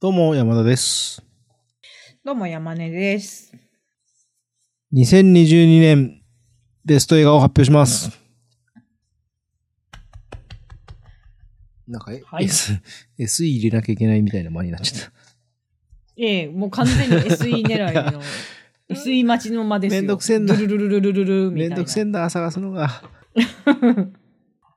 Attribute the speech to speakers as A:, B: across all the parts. A: どうも、山田です。
B: どうも山根です。
A: 2022年ベスト映画を発表します。なんか、え
B: はい
A: S、SE 入れなきゃいけないみたいな間になっちゃった。
B: ええ、もう完全に SE 狙いの SE 待ちの間ですよ。
A: めんどくせんな
B: ルルルルルルルル みた
A: め
B: い
A: ん
B: な。
A: どくせんな、探すの が。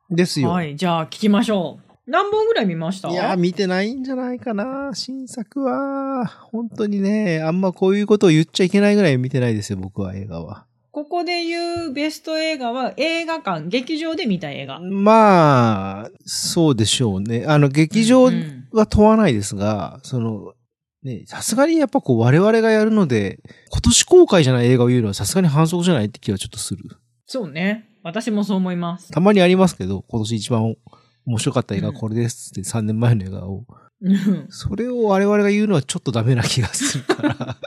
A: ですよ。、
B: はいい、じゃあ聞きましょう。何本ぐらい見ました
A: やー、見てないんじゃないかな。新作は、本当にね、あんまこういうことを言っちゃいけないぐらい見てないですよ、僕は映画は。
B: ここで言うベスト映画は映画館、劇場で見た映画。
A: まあ、そうでしょうね。あの、劇場
B: うん
A: は問わないですが、その、ね、さすがにやっぱこう我々がやるので、今年公開じゃない映画を言うのはさすがに反則じゃないって気はちょっとする。
B: そうね。私もそう思います。
A: たまにありますけど、今年一番面白かった映画はこれですって3年前の映画を。
B: うん
A: それを我々が言うのはちょっとダメな気がするから。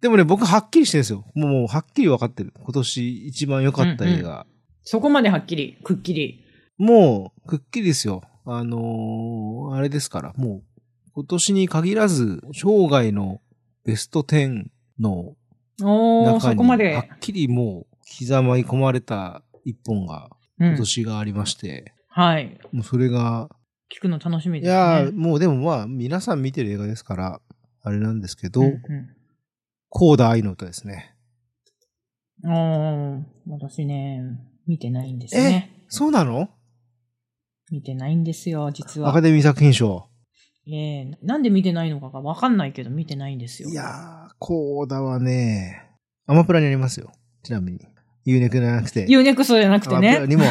A: でもね、僕はっきりしてるんですよ。もうもうはっきり分かってる。今年一番良かった映画。
B: そこまではっきり、くっきり。
A: もう、くっきりですよ。あのーあれですから、もう、今年に限らず、生涯のベスト10の
B: おー、
A: 中
B: そ
A: に、
B: こまで。
A: はっきりもう、刻まり込まれた一本が、
B: うん
A: 今年がありまして、
B: はい。
A: もうそれが、
B: 聞くの楽しみ
A: い
B: です、ね。
A: やー、もうでもまあ、皆さん見てる映画ですから、あれなんですけど、
B: うんうん
A: コーダ愛の歌ですね。
B: おー、私ね、見てないんですね。
A: そうなの
B: 見てないんですよ、実
A: ア
B: は
A: カ。デミー作品賞。
B: ええななんで見てないのかがわかんないけど見てないんですよ。
A: いやー、コーダはね、アマプラにありますよ。ちなみに。ユーネクじゃなくて。
B: ユーネクストじゃなくて
A: アマプラ
B: ね。
A: にも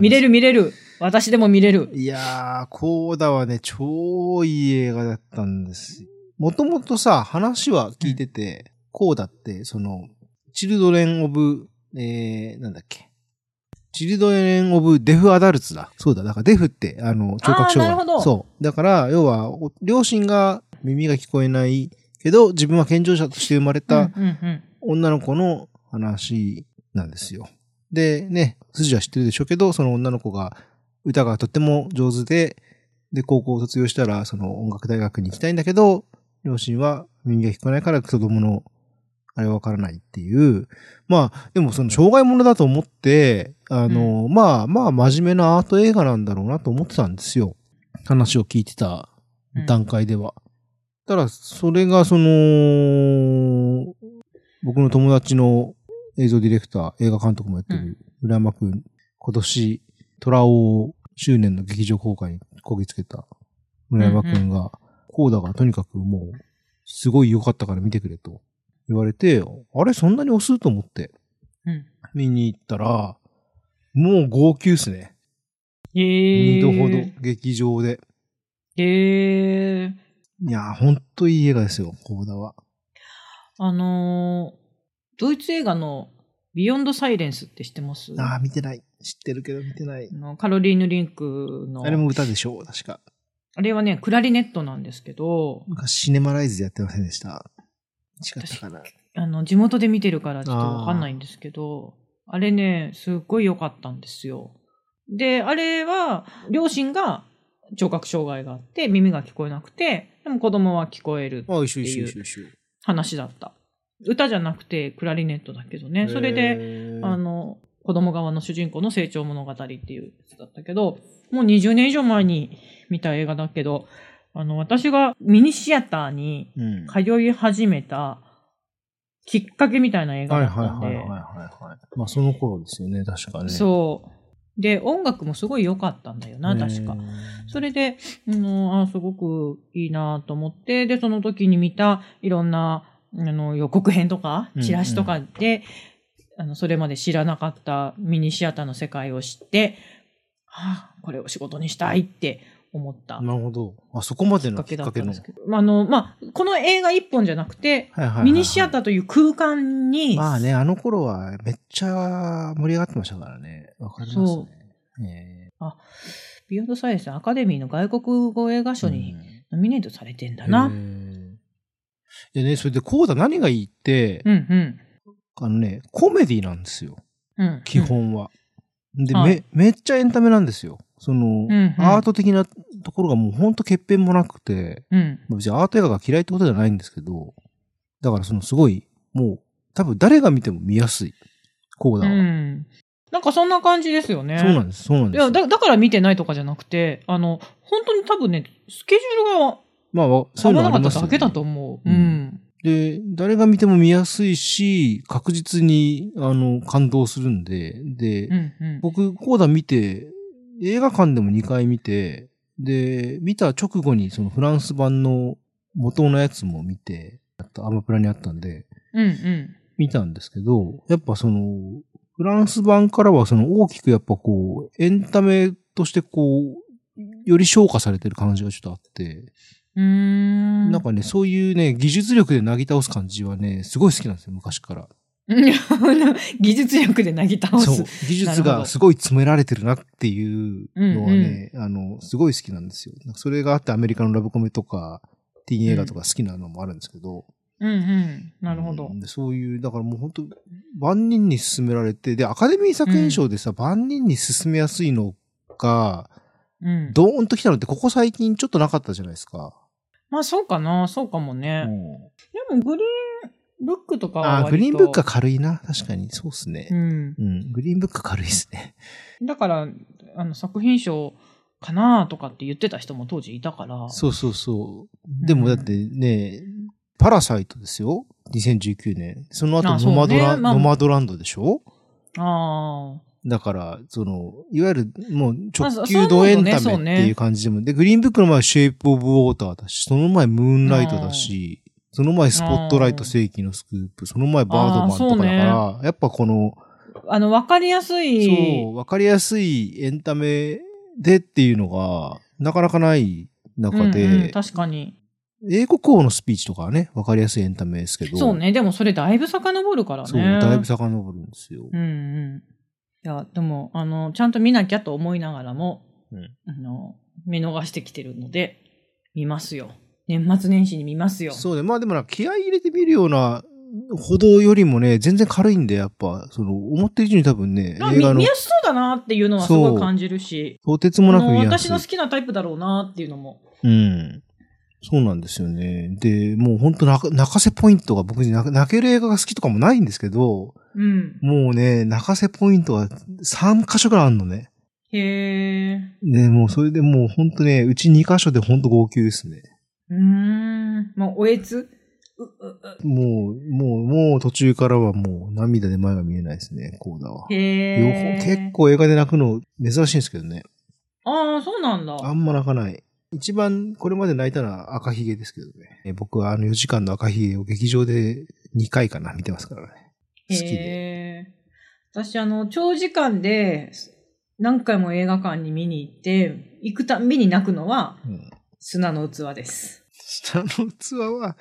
B: 見れ
A: る。
B: る見れる。私でも見れる。
A: いやー、コーダはね、超いい映画だったんです。もともとさ、話は聞いてて、コーダって、その、チルドレン・オブ、えー、なんだっけ。チルドレン・オブ・デフ・アダルツだ。そうだ。だからデフって、あの、聴覚障害。
B: あーなるほど
A: そう。だから、要は、お両親が耳が聞こえないけど、自分は健常者として生まれ
B: うん
A: た、
B: うんうん。
A: 女の子の話なんですよ。で、ね、筋は知ってるでしょうけど、その女の子が歌がとっても上手で、で、高校を卒業したら、その音楽大学に行きたいんだけど、両親は耳が聞こえないから子供の、あれはわからないっていう。まあ、でもその障害者だと思って、あの、まあまあ真面目なアート映画なんだろうなと思ってたんですよ。話を聞いてた
B: うん
A: 段階では。ただ、それがその、僕の友達の映像ディレクター、映画監督もやって
B: うん
A: る浦山くん、今年、虎王周年の劇場公開にこぎつけた村山くんが、こうだからとにかくもう、すごい良かったから見てくれと言われて、あれそんなに押すと思って
B: うん。
A: 見に行ったら、もう号泣っすね。
B: え
A: 二
B: ー。
A: 度ほど劇場で。
B: えー。
A: いやー、ほんといい映画ですよ、コーダは。
B: あのー、ドイツ映画のビヨンドサイレンスって知ってます
A: ああ、見てない。知ってるけど見てない
B: あ。のカロリーヌ・リンクの
A: あれも歌でしょう、確か。
B: あれはね、クラリネットなんですけど、
A: 昔シネマライズでやってませんでした。違ったかな。
B: あの、地元で見てるからちょっとわかんないんですけど、あれね、すっごい良かったんですよ。で、あれは、両親が聴覚障害があって、耳が聞こえなくて、でも子供は聞こえる
A: あ、一緒
B: 一緒一緒
A: 一緒。
B: 話だった。歌じゃなくて、クラリネットだけどね。それで、
A: で
B: あ、の、子供側の主人公の成長物語っていうやつだったけど、もう20年以上前に見た映画だけど、あの、私がミニシアターに
A: うん。
B: 通い始めたきっかけみたいな映画
A: は
B: だ
A: い
B: っ
A: はい
B: たん
A: はいはいはい
B: で、
A: はい。まあその頃ですよね、確かね。
B: そう。で、音楽もすごい良かったんだよな、確か
A: うん。。
B: それで、うん、あすごくいいなと思って、で、その時に見たいろんなあの予告編とか
A: うん、
B: チラシとかで、あのそれまで知らなかったミニシアターの世界を知って、はあ、これを仕事にしたいって思った
A: なるほど。あ、そこまで
B: きっ
A: の
B: か
A: き
B: け
A: っ
B: だ
A: か
B: っ
A: け
B: たん
A: の。
B: ですけど、まああのまあ、この映画一本じゃなくて、
A: はいはいはいはい
B: ミニシアターという空間に、
A: まあね、あの頃はめっちゃ盛り上がってましたからね。わかります
B: そ
A: ね。え
B: ビヨンドサイエンスアカデミーの外国語映画
A: ー
B: 賞に
A: うん
B: ノミネートされてんだな。
A: へーいやね、それでコーダ何がいいって、
B: うんうん。
A: あのね、コメディなんですよ、
B: うん、
A: 基本は。で、
B: は
A: め、めっちゃエンタメなんですよ。その、
B: うんうん
A: アート的なところがもうほんと欠片もなくて、
B: うん。
A: まあ別にアート映画が嫌いってことじゃないんですけど、だからそのすごい、もう多分誰が見ても見やすい。コーダ
B: う
A: は。
B: ん。なんかそんな感じですよね。
A: そうなんです、そうなん
B: い
A: です。
B: やだだから見てないとかじゃなくて、あの、本当に多分ね、スケジュールが
A: まあ、わそ
B: 合
A: ういう
B: わ
A: の
B: な
A: あ
B: か
A: り
B: っ
A: ます
B: た
A: よ
B: だ
A: ね
B: けだと思う。
A: う
B: うんん。
A: で、誰が見ても見やすいし、確実に、あの、感動するんで、で、
B: うんうん。
A: 僕、コーダ見て、映画館でも2回見て、で、見た直後にそのフランス版の元のやつも見て、あとアマプラにあったんで、
B: うんうん。
A: 見たんですけど、やっぱその、フランス版からはその大きくやっぱこう、エンタメとしてこう、より昇華されてる感じがちょっとあって、
B: うーん。
A: なんかね、そういうね、技術力でなぎ倒す感じはね、すごい好きなんですよ、昔から。
B: うん、 技術力でなぎ倒
A: そう
B: す。。
A: 技術
B: なるほ
A: が
B: ど
A: すごい詰められてるなっていうのはね、あの、すごい好きなんですよ。なんかそれがあってアメリカのラブコメとか、ティーン映画とか好きなのもあるんですけど。
B: うんうん。なるほど
A: うん。でそういう、だからもう本当万人に勧められて、で、アカデミー作品賞でさ、万人に勧めやすいのが、
B: うん。
A: ドーンと来たのって、ここ最近ちょっとなかったじゃないですか。
B: まあそうかな、そうかも
A: う
B: ね。
A: ん
B: でもグリーンブックとかは割
A: あ
B: と。
A: ー、グリーンブックは軽いな。確かに、そうっすね
B: う。ん。
A: うん、グリーンブック軽いですね。
B: だから、あの作品賞かなとかって言ってた人も当時いたから。
A: そうそうそう。
B: ん
A: でもだってね、パラサイトですよ。2019年。その後
B: あそう
A: ノマ
B: ね
A: ドラン、
B: まあ
A: ノマドランドでしょ
B: ああ。
A: だから、その、いわゆるもう
B: まあそ
A: 直球ドエンタ
B: そ
A: メっ
B: ういうのね
A: ていう感じでも、で、グリーンブックの前はシェイプオブウォーターだし、その前ムーンライトだし、その前スポットライト世紀のスクープ、その前バードマンとかだから、やっぱこの、
B: あの、わかりやすい。
A: そう、わかりやすいエンタメでっていうのが、なかなかない中で、
B: うんうん、確かに。
A: 英国王のスピーチとかはね、わかりやすいエンタメですけど。
B: そうね。でもそれだいぶ遡るからね。
A: そう、だいぶ遡るんですよ。
B: うんうん。いや、でも、あの、ちゃんと見なきゃと思いながらも、
A: うん
B: あの、見逃してきてるので、見ますよ。年末年始に見ますよ。
A: そうね。まあでもなんか気合い入れてみるような歩道よりもね、全然軽いんで、やっぱ、その、思ってる以上に多分ね、
B: まあ
A: 映
B: 見
A: 画の
B: 見やすそうだなっていうのはす
A: そ
B: ご
A: う
B: い感じるし、
A: とてつも
B: あ
A: なく
B: の
A: 見やす
B: 私
A: い
B: の好。きなタイプだろうなっていうのも。
A: うん。そうなんですよね。で、もう本当泣か泣かせポイントが僕に泣泣ける映画が好きとかもないんですけど、
B: うん。
A: もうね、泣かせポイントは3箇所ぐらいあるのね。
B: へえ。
A: ね、もうそれでもう本当ね、うち2箇所で本当号泣ですね。
B: うーん。まあ、おえつううう
A: もう、もう、もう途中からはもう涙で前が見えないですね、コーダは。
B: へ
A: 両
B: え。
A: 方結。構映画で泣くの珍しいんですけどね。
B: ああ、そうなんだ。
A: あんま泣かない。一番これまで泣いたのは赤ひげですけどね。え僕はあの4時間の赤ひげを劇場で2回かな見てますからね。好きで。
B: へえ。私、あの、長時間で、何回も映画館に見に行って、行くたんびに泣くのは、
A: うん。
B: 砂の器です。
A: 下の器は、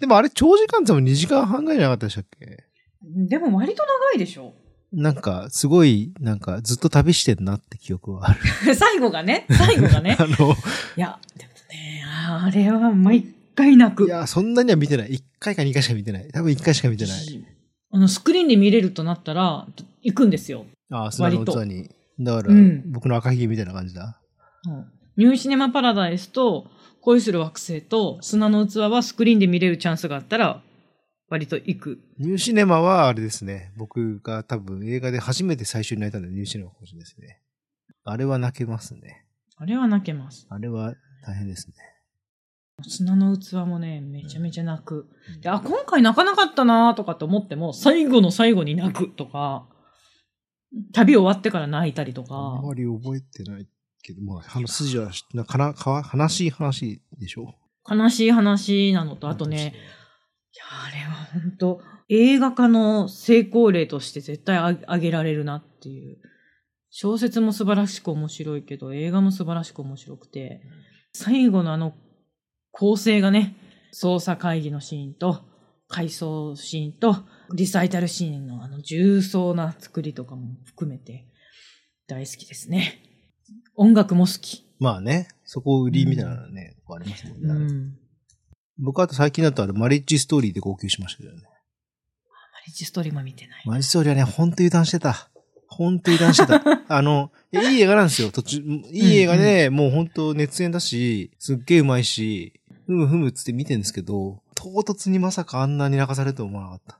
A: でもあれ長時間でも2時間半ぐらいじゃなかったでしたっけ
B: でも割と長いでしょ
A: なんか、すごい、なんか、ずっと旅してんなって記憶はある。。
B: 最後がね、最後がね
A: あの、
B: いや、でもね、ああれは毎回泣く。
A: いや、そんなには見てない。1回か2回しか見てない。多分1回しか見てない。
B: あの、スクリーンで見れるとなったら、行くんですよ。
A: ああ、砂の器に。だから、
B: うん
A: 僕の赤ひげみたいな感じだ。
B: うんニューシネマパラダイスと、恋する惑星と、砂の器はスクリーンで見れるチャンスがあったら、割と行く。
A: ニューシネマはあれですね。僕が多分映画で初めて最初に泣いたんで、ニューシネマかもしれないですね。あれは泣けますね。
B: あれは泣けます。
A: あれは大変ですね。
B: 砂の器もね、めちゃめちゃ泣く。
A: うん
B: で、あ、今回泣かなかったなとかって思っても、最後の最後に泣くとか、旅終わってから泣いたりと
A: あ
B: か
A: ん、まり覚えてないけど、まあ、あの筋はなかなか悲しい話でしょ。
B: 悲しい話なのと、あとね、。いや、あれは本当映画化の成功例として絶対あ挙げられるなっていう。小説も素晴らしく面白いけど、映画も素晴らしく面白くて、最後のあの構成がね、捜査会議のシーンと、回想シーンと、リサイタルシーンのあの重層な作りとかも含めて、大好きですね。音楽も好き。
A: まあね、そこ売りみたいなのね、こうありますもんね。
B: うん。
A: 僕はあと最近だとあれ、マリッジストーリーで号泣しましたけどね。
B: マリッジストーリーも見てない。
A: マリッジストーリーはね、ほんと油断してた。本当に断してた。 あの、いやいい映画なんですよ、途中。いい映画で、もう本当熱演だし、すっげえうまいし、ふむふむっつって見てんですけど、唐突にまさかあんなに泣かされると思わなかった。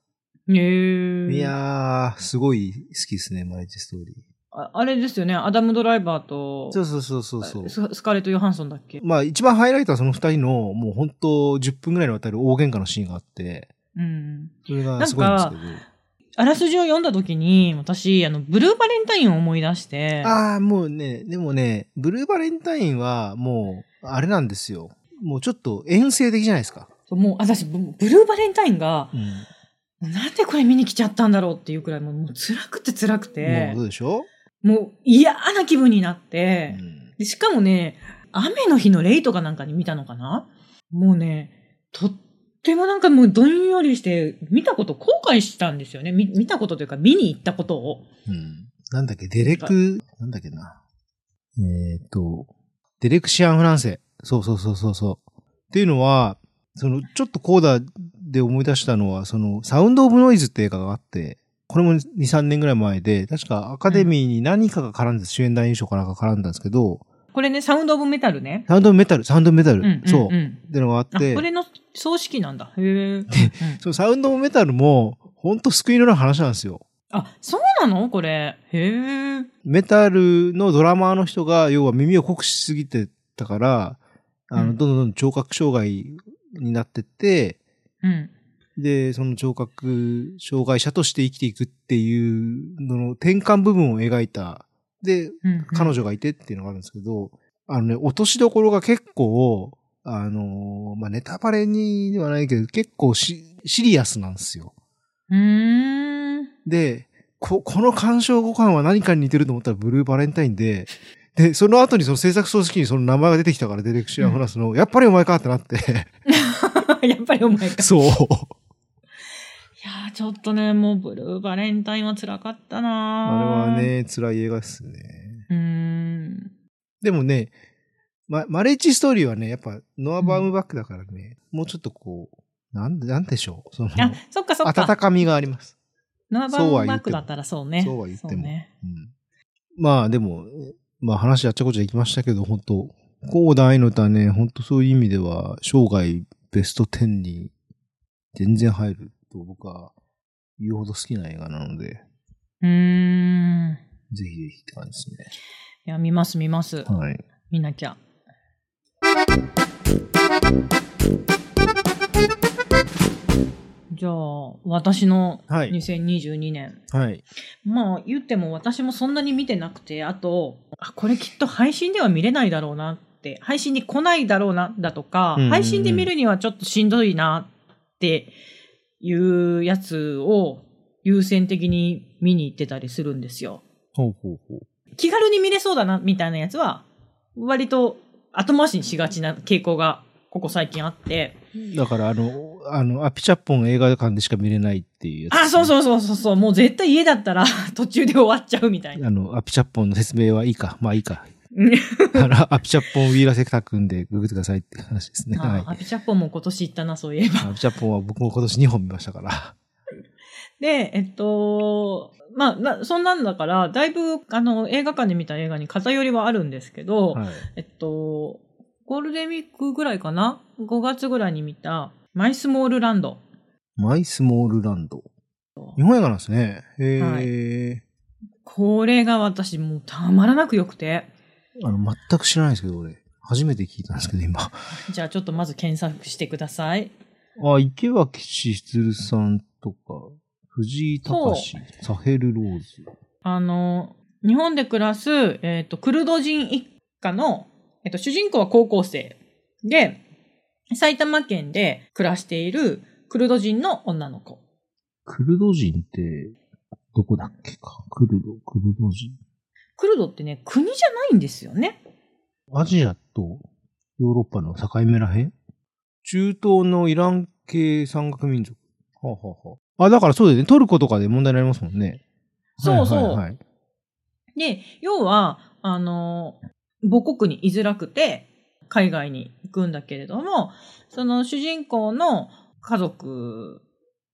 B: へえ。
A: いやー、すごい好きですね、マリッジストーリー。
B: あ。あれですよね、アダム・ドライバーと、
A: そうそうそうそうそう。
B: ススカーレット・ヨハンソンだっけ、
A: まあ一番ハイライトはその二人の、もう本当10分ぐらいにわたる大喧嘩のシーンがあって、
B: うん。
A: それがすごいんですけど。
B: あらすじを読んだ時に、私、あの、ブルーバレンタインを思い出して、
A: ああ、もうね、でもね、ブルーバレンタインはもう、あれなんですよ。もうちょっと遠征的じゃないですか。
B: もう、私、ブブルーバレンタインが
A: う、ん。
B: なんでこれ見に来ちゃったんだろうっていうくらい、もうもう辛くて辛く
A: も
B: て
A: うど、うでしょ
B: もう嫌な気分になっ
A: う、
B: て、
A: ん、
B: でしかもね、雨の日のレイとかなんかに見たのかなもうね、とってもなんかもうどんよりして、見たこと後悔したんですよね。見見たことというか、見に行ったことを。
A: うん。なんだっけ、デレク、なんだっけな。えっ、と、デレクシアン・フランセ。そうそうそうそうそう。っていうのは、その、ちょっとコーダで思い出したのは、その、サウンド・オブ・ノイズって映画があって、これも2、3年ぐらい前で、確かアカデミーに何かが絡んで、主演男優賞かなんか絡んだんですけど、
B: これね、サウンド・オブ・メタルね。
A: サウンド・メタル、サウンド・メタル、
B: うんうんうん、
A: そう。ってのがあっ
B: あ、
A: て
B: こ、れの葬式なんだ。へえ。うん
A: そのサウンドメタルも、ほんと救いのない話なんですよ。
B: あ、そうなのこれ。へえ。
A: メタルのドラマーの人が、要は耳を酷使しすぎてたから、あ
B: う
A: の、
B: ん
A: どんどんどん聴覚障害になってって、
B: うん。
A: で、その聴覚障害者として生きていくっていうのの転換部分を描いた。で、
B: うんうん、
A: 彼女がいてっていうのがあるんですけど、あのね、落としどころが結構、あのーまあ、ネタバレにではないけど、結構シシリアスなんですよ。
B: うーん。
A: で、こ、この鑑賞互換は何かに似てると思ったらブルーバレンタインで、で、その後にその制作組織にその名前が出てきたからディレクション・フランスの、やっぱりお前かってなって、
B: やっぱりお 前か。
A: そう。
B: いやーちょっとね、もうブルーバレンタインは辛かったな
A: あれは。ね、辛い映画ですね。
B: うーん。
A: でもね、ま、マレッジストーリーはね、やっぱノア・バームバックだからね、もうちょっとこう、なんで、なんでしょう。その、
B: あ、そっかそっ
A: 温
B: か。
A: かみがあります。
B: ナーバ
A: そうは言
B: ンバ
A: っ
B: ッ
A: て
B: ク
A: も
B: だったらそうね。
A: そうは言っても
B: そうね。
A: うんまあでも、まあ話あっちゃこっちゃ行きましたけど、本当高大愛の歌ね、本当そういう意味では、生涯ベスト10に全然入ると僕は言うほど好きな映画なので、
B: うー
A: ぜ
B: ん。
A: ひぜひって感じです
B: いや、見ます見ます。
A: ね。はい。
B: 見なきゃ。じゃあ、私の
A: はい。
B: 2022年。
A: はい。
B: まあ言っても私もそんなに見てなくて、あと、あ、これきっと配信では見れないだろうなって、配信に来ないだろうな、だとか、
A: うんうんうん
B: 配信で見るにはちょっとしんどいなっていうやつを優先的に見に行ってたりするんですよ。
A: ほうほうほう。
B: 気軽に見れそうだな、みたいなやつは、割と後回しにしがちな傾向がここ最近あって、
A: だからあの、あの、アピチャッポン映画館でしか見れないっていうやつですね、
B: あ、そうそうそうそうそう、もう絶対家だったら 途中で終わっちゃうみたいな。
A: あの、アピチャッポンの説明はいいか。まあいい か。
B: うん
A: あの、アピチャッポンウィーラーセクタ組んでググってくださいっていう話ですね。はい
B: あ。アピチャッポンも今年行ったな、そういえば。
A: アピチャッポンは僕も今年2本見ましたから。
B: で、えっと、まあ、なそんなんだから、だいぶ、あの、映画館で見た映画に偏りはあるんですけど、
A: はい。
B: えっと、ゴールデンウィークぐらいかな ?5 月ぐらいに見た、マイスモールランド。
A: マイスモールランド。日本映画なんですね。へー
B: これが私もうたまらなく良くて。
A: あの、全く知らないですけど、俺。初めて聞いたんですけど、今。
B: じゃあちょっとまず検索してください。
A: あ、池脇千鶴さんとか、藤井隆、サヘル・ローズ。
B: あの、日本で暮らす、えっ、と、クルド人一家の、えっ、と、主人公は高校生で、埼玉県で暮らしているクルド人の女の子。
A: クルド人って、どこだっけか。クルド、クルド人。
B: クルドってね、国じゃないんですよね。
A: アジアとヨーロッパの境目らへん中東のイラン系山岳民族。はあ、はあはあ、あ、だからそうだよね。トルコとかで問題になりますもんね。
B: そうそう
A: はいはいはい
B: で、要は、あの、母国に居づらくて、海外に行くんだけれども、その主人公の家族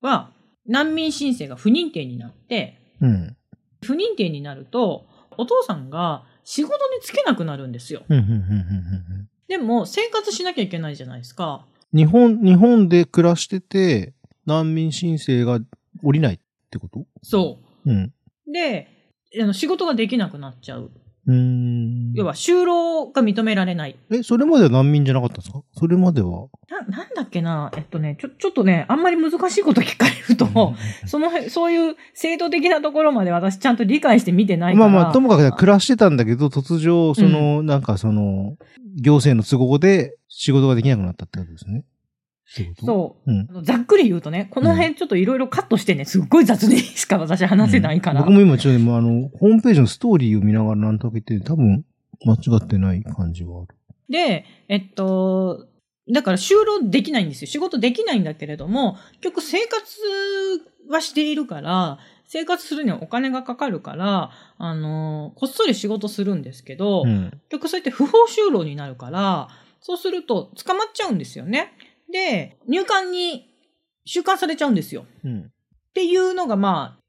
B: は、難民申請が不認定になって、
A: うん。
B: 不認定になると、お父さんが仕事に就けなくなるんですよ。
A: うんうんうんうんうん
B: でも、生活しなきゃいけないじゃないですか。
A: 日本、日本で暮らしてて、難民申請が降りないってこと
B: そ
A: うん。
B: う。で、あの仕事ができなくなっちゃう。
A: うーん。
B: 要は、就労が認められない。
A: え、それまでは難民じゃなかったんですかそれまでは。
B: な、なんだっけな、えっとね、ちょ、ちょっとね、あんまり難しいこと聞かれると、その辺、そういう制度的なところまで私ちゃんと理解して見てないか
A: ま
B: ら。
A: あまあ、ともかく暮らしてたんだけど、突如、その、なんかその、行政の都合で仕事ができなくなったってことですね。ってこと
B: そう。
A: うん
B: あのざっくり言うとね、この辺ちょっといろいろカットしてね、すっごい雑にしか私話せないから。
A: うん僕も今ちょっとね、もうあの、ホームページのストーリーを見ながらなんとか言って、多分、間違ってない感じはある。
B: で、えっと、だから就労できないんですよ。仕事できないんだけれども、結局生活はしているから、生活するにはお金がかかるから、あの、こっそり仕事するんですけど、
A: ん。
B: 結局そうやって不法就労になるから、そうすると捕まっちゃうんですよね。で、入管に収監されちゃうんですよ。っ
A: うん。
B: ていうのがまあ、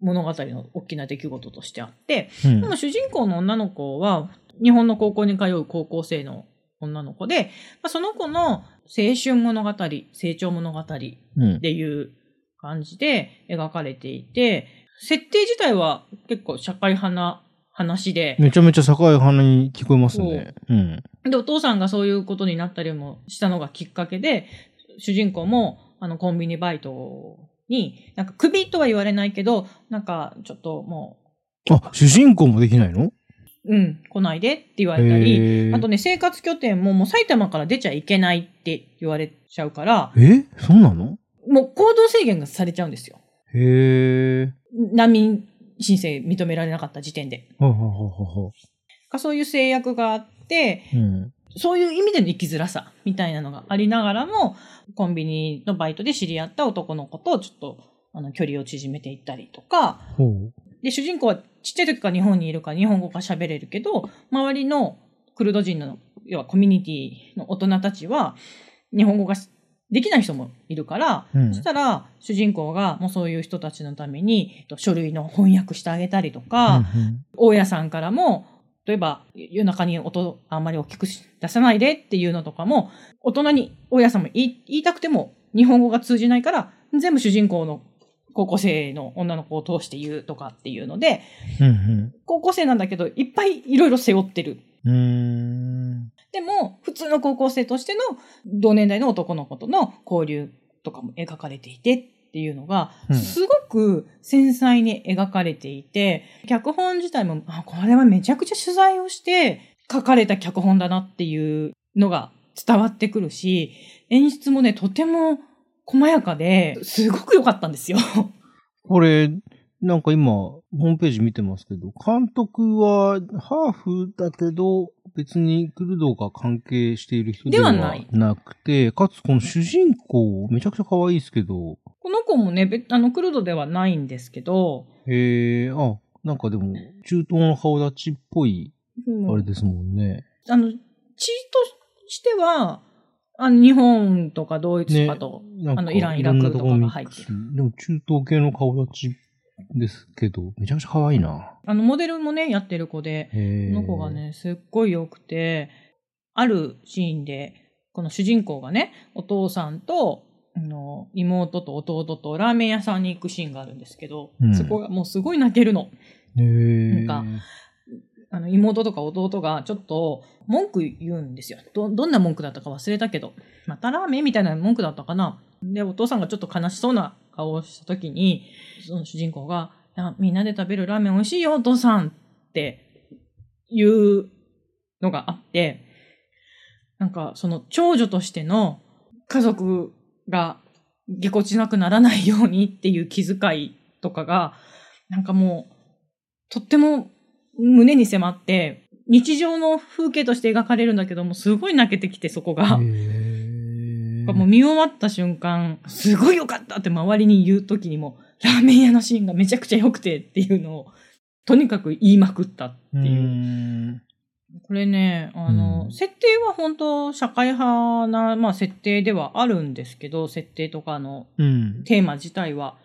B: 物語の大きな出来事としてあって、
A: うん
B: でも主人公の女の子は、日本の高校に通う高校生の女の子で、まあ、その子の青春物語、成長物語っ
A: うん。
B: ていう感じで描かれていて、設定自体は結構社会派な話で、
A: めちゃめちゃ境派に聞こえますね。うん。
B: で、お父さんがそういうことになったりもしたのがきっかけで、主人公も、あの、コンビニバイトに、なんか、クビとは言われないけど、なんか、ちょっとも
A: あ、主人公もできないの
B: う、うん、来ないでって言われたり、
A: へー
B: あとね、生活拠点ももう埼玉から出ちゃいけないって言われちゃうから、
A: えそうなの
B: もう行動制限がされちゃうんですよ。
A: へえ。
B: 難民申請認められなかった時点で。
A: ははははは。
B: かそういう制約があって、
A: うん。
B: そういう意味での生きづらさみたいなのがありながらも、コンビニのバイトで知り合った男の子とちょっとあの距離を縮めていったりとか、
A: ほう。
B: で、主人公はちっちゃい時から日本にいるから日本語が喋れるけど、周りのクルド人の、要はコミュニティの大人たちは、日本語ができない人もいるから、
A: うん
B: そしたら主人公がもうそういう人たちのために、えっと書類の翻訳してあげたりとか、
A: うん
B: 大家さんからも、例えば夜中に音あんまり大きくし出さないでっていうのとかも、大人に大家さんも言い言いたくても日本語が通じないから、全部主人公の高校生の女の子を通して言うとかっていうので、
A: うん。うん
B: 高校生なんだけどいっぱいいろいろ背負ってる。
A: うん。うーん。
B: でも、普通の高校生としての同年代の男の子との交流とかも描かれていてっていうのが、
A: うん
B: すごく繊細に描かれていて、脚本自体も、あ、これはめちゃくちゃ取材をして書かれた脚本だなっていうのが伝わってくるし、演出もね、とても細やかで、すごく良かったんですよ。
A: これ、なんか今、ホームページ見てますけど、監督はハーフだけど、別にクルドが関係している人では
B: ではない
A: なくて、かつこの主人公、めちゃくちゃ可愛いですけど、
B: この子もね、べあの、クルドではないんですけど、
A: へえ、あ、なんかでも、中東の顔立ちっぽい、あれですもんね。
B: あの、地としては、あの日本とかドイツとかと、
A: なんか
B: あのイラン
A: いろんな
B: イラクと
A: とこ
B: かが
A: ミ
B: 入
A: ッ
B: っ
A: ク
B: て
A: ス
B: る
A: でも中東系の顔立ちですけど、めちゃくちゃ可愛いな。
B: あの、モデルもね、やってる子で、
A: へ
B: こ
A: え。
B: の子が、ね、すっごい良くて、あるシーンで、この主人公がね、お父さんと、あの、妹と弟とラーメン屋さんに行くシーンがあるんですけど、
A: うん
B: そこがもうすごい泣けるの。
A: へえ。
B: なんあの、妹とか弟がちょっと文句言うんですよ。ど、どんな文句だったか忘れたけど、またラーメンみたいな文句だったかな。で、お父さんがちょっと悲しそうな顔をした時に、その主人公が、いやみんなで食べるラーメン美味しいよ、お父さんっていうのがあって、なんかその長女としての家族がぎこちなくならないようにっていう気遣いとかが、なんかもう、とっても胸に迫って、日常の風景として描かれるんだけども、すごい泣けてきて、そこが。
A: へえ。
B: もう見終わった瞬間、すごい良かったって周りに言う時にも、ラーメン屋のシーンがめちゃくちゃ良くてっていうのを、とにかく言いまくったっていう。
A: う。
B: これね、あの、
A: うん
B: 設定は本当社会派な、まあ設定ではあるんですけど、設定とかの
A: うん。
B: テーマ自体は。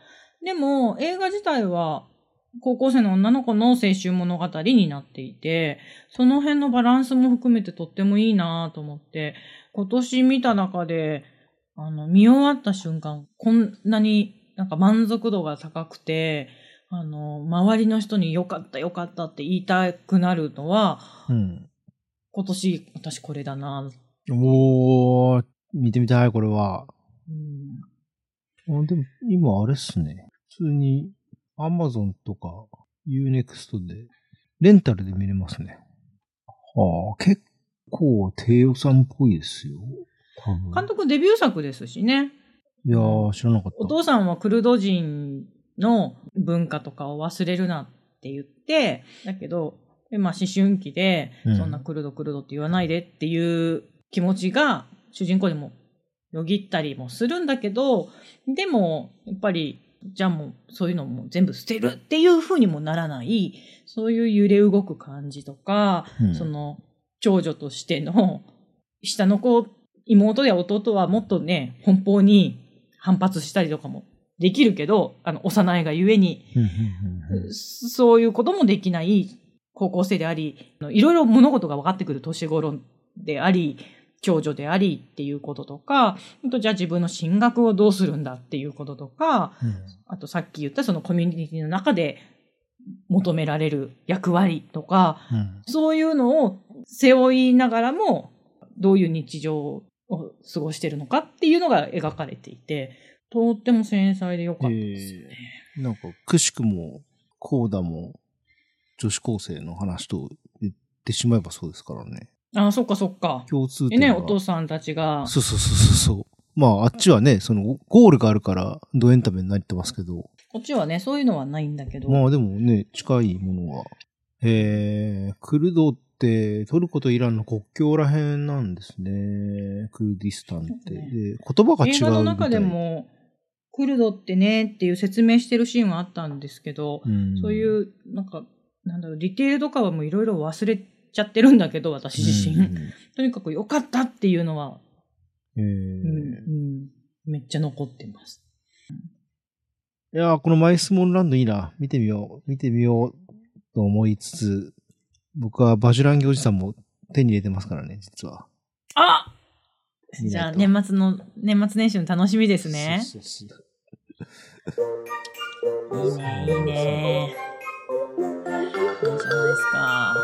B: でも、映画自体は、高校生の女の子の青春物語になっていて、その辺のバランスも含めてとってもいいなと思って、今年見た中で、あの、見終わった瞬間、こんなになんか満足度が高くて、あの、周りの人に良かった良かったって言いたくなるのは、
A: うん。
B: 今年私これだな、
A: おー、見てみたい、これは。
B: うん、
A: あでも、今あれっすね。普通に、アマゾンとか、Unext で、レンタルで見れますね。はあ、結構、低予算っぽいですよ。多分。
B: 監督デビュー作ですしね。
A: いやー、知らなかった。
B: お父さんはクルド人の文化とかを忘れるなって言って、だけど、でまあ思春期で、
A: うん
B: そんなクルドクルドって言わないでっていう気持ちが主人公にもよぎったりもするんだけど、でも、やっぱり、じゃあもうそういうのも全部捨てるっていう風にもならない、そういう揺れ動く感じとか、
A: うん
B: その、長女としての、 下の子、妹や弟はもっとね、奔放に反発したりとかもできるけど、あの、幼いがゆえに、
A: うんうんうんうん
B: そういうこともできない高校生であり、あのいろいろ物事が分かってくる年頃であり、長女でありっていうこととか、あとじゃあ自分の進学をどうするんだっていうこととか、
A: うん
B: あとさっき言ったそのコミュニティの中で求められる役割とか、
A: うん
B: そういうのを背負いながらも、どういう日常を過ごしてるのかっていうのが描かれていて、とっても繊細で良かったですよね。
A: なんか、くしくも、コーダも、女子高生の話と言ってしまえばそうですからね。
B: ああ、そっかそっか。
A: 共通
B: で
A: 点が。
B: ね、お父さんたちが、
A: そうそうそうそうそう。まあ、あっちはね、その、ゴールがあるから、ドエンタメになってますけど、
B: こっちはね、そういうのはないんだけど、
A: まあでもね、近いものは。えー、クルドって、トルコとイランの国境らへんなんですね。クルディスタンって。
B: そう
A: で
B: ね
A: 言葉が違うみ
B: 映
A: たい。
B: 画の中でも、クルドってねっていう説明してるシーンはあったんですけど、
A: ん、
B: そういう、なんか、なんだろう、ディテールとかはもういろいろ忘れちゃってるんだけど、私自身。
A: うん
B: とにかく良かったっていうのは
A: えー
B: うんうん、めっちゃ残ってます。
A: いやーこのマイスモールランドいいな。見てみよう。見てみようと思いつつ、僕はバジュランギおじさんも手に入れてますからね、実は。
B: あ
A: 見
B: じゃ
A: な
B: あ
A: いと
B: 年末の年末年始の楽しみですね。
A: そうそうそう
B: いいねいいね。いいじゃないですか。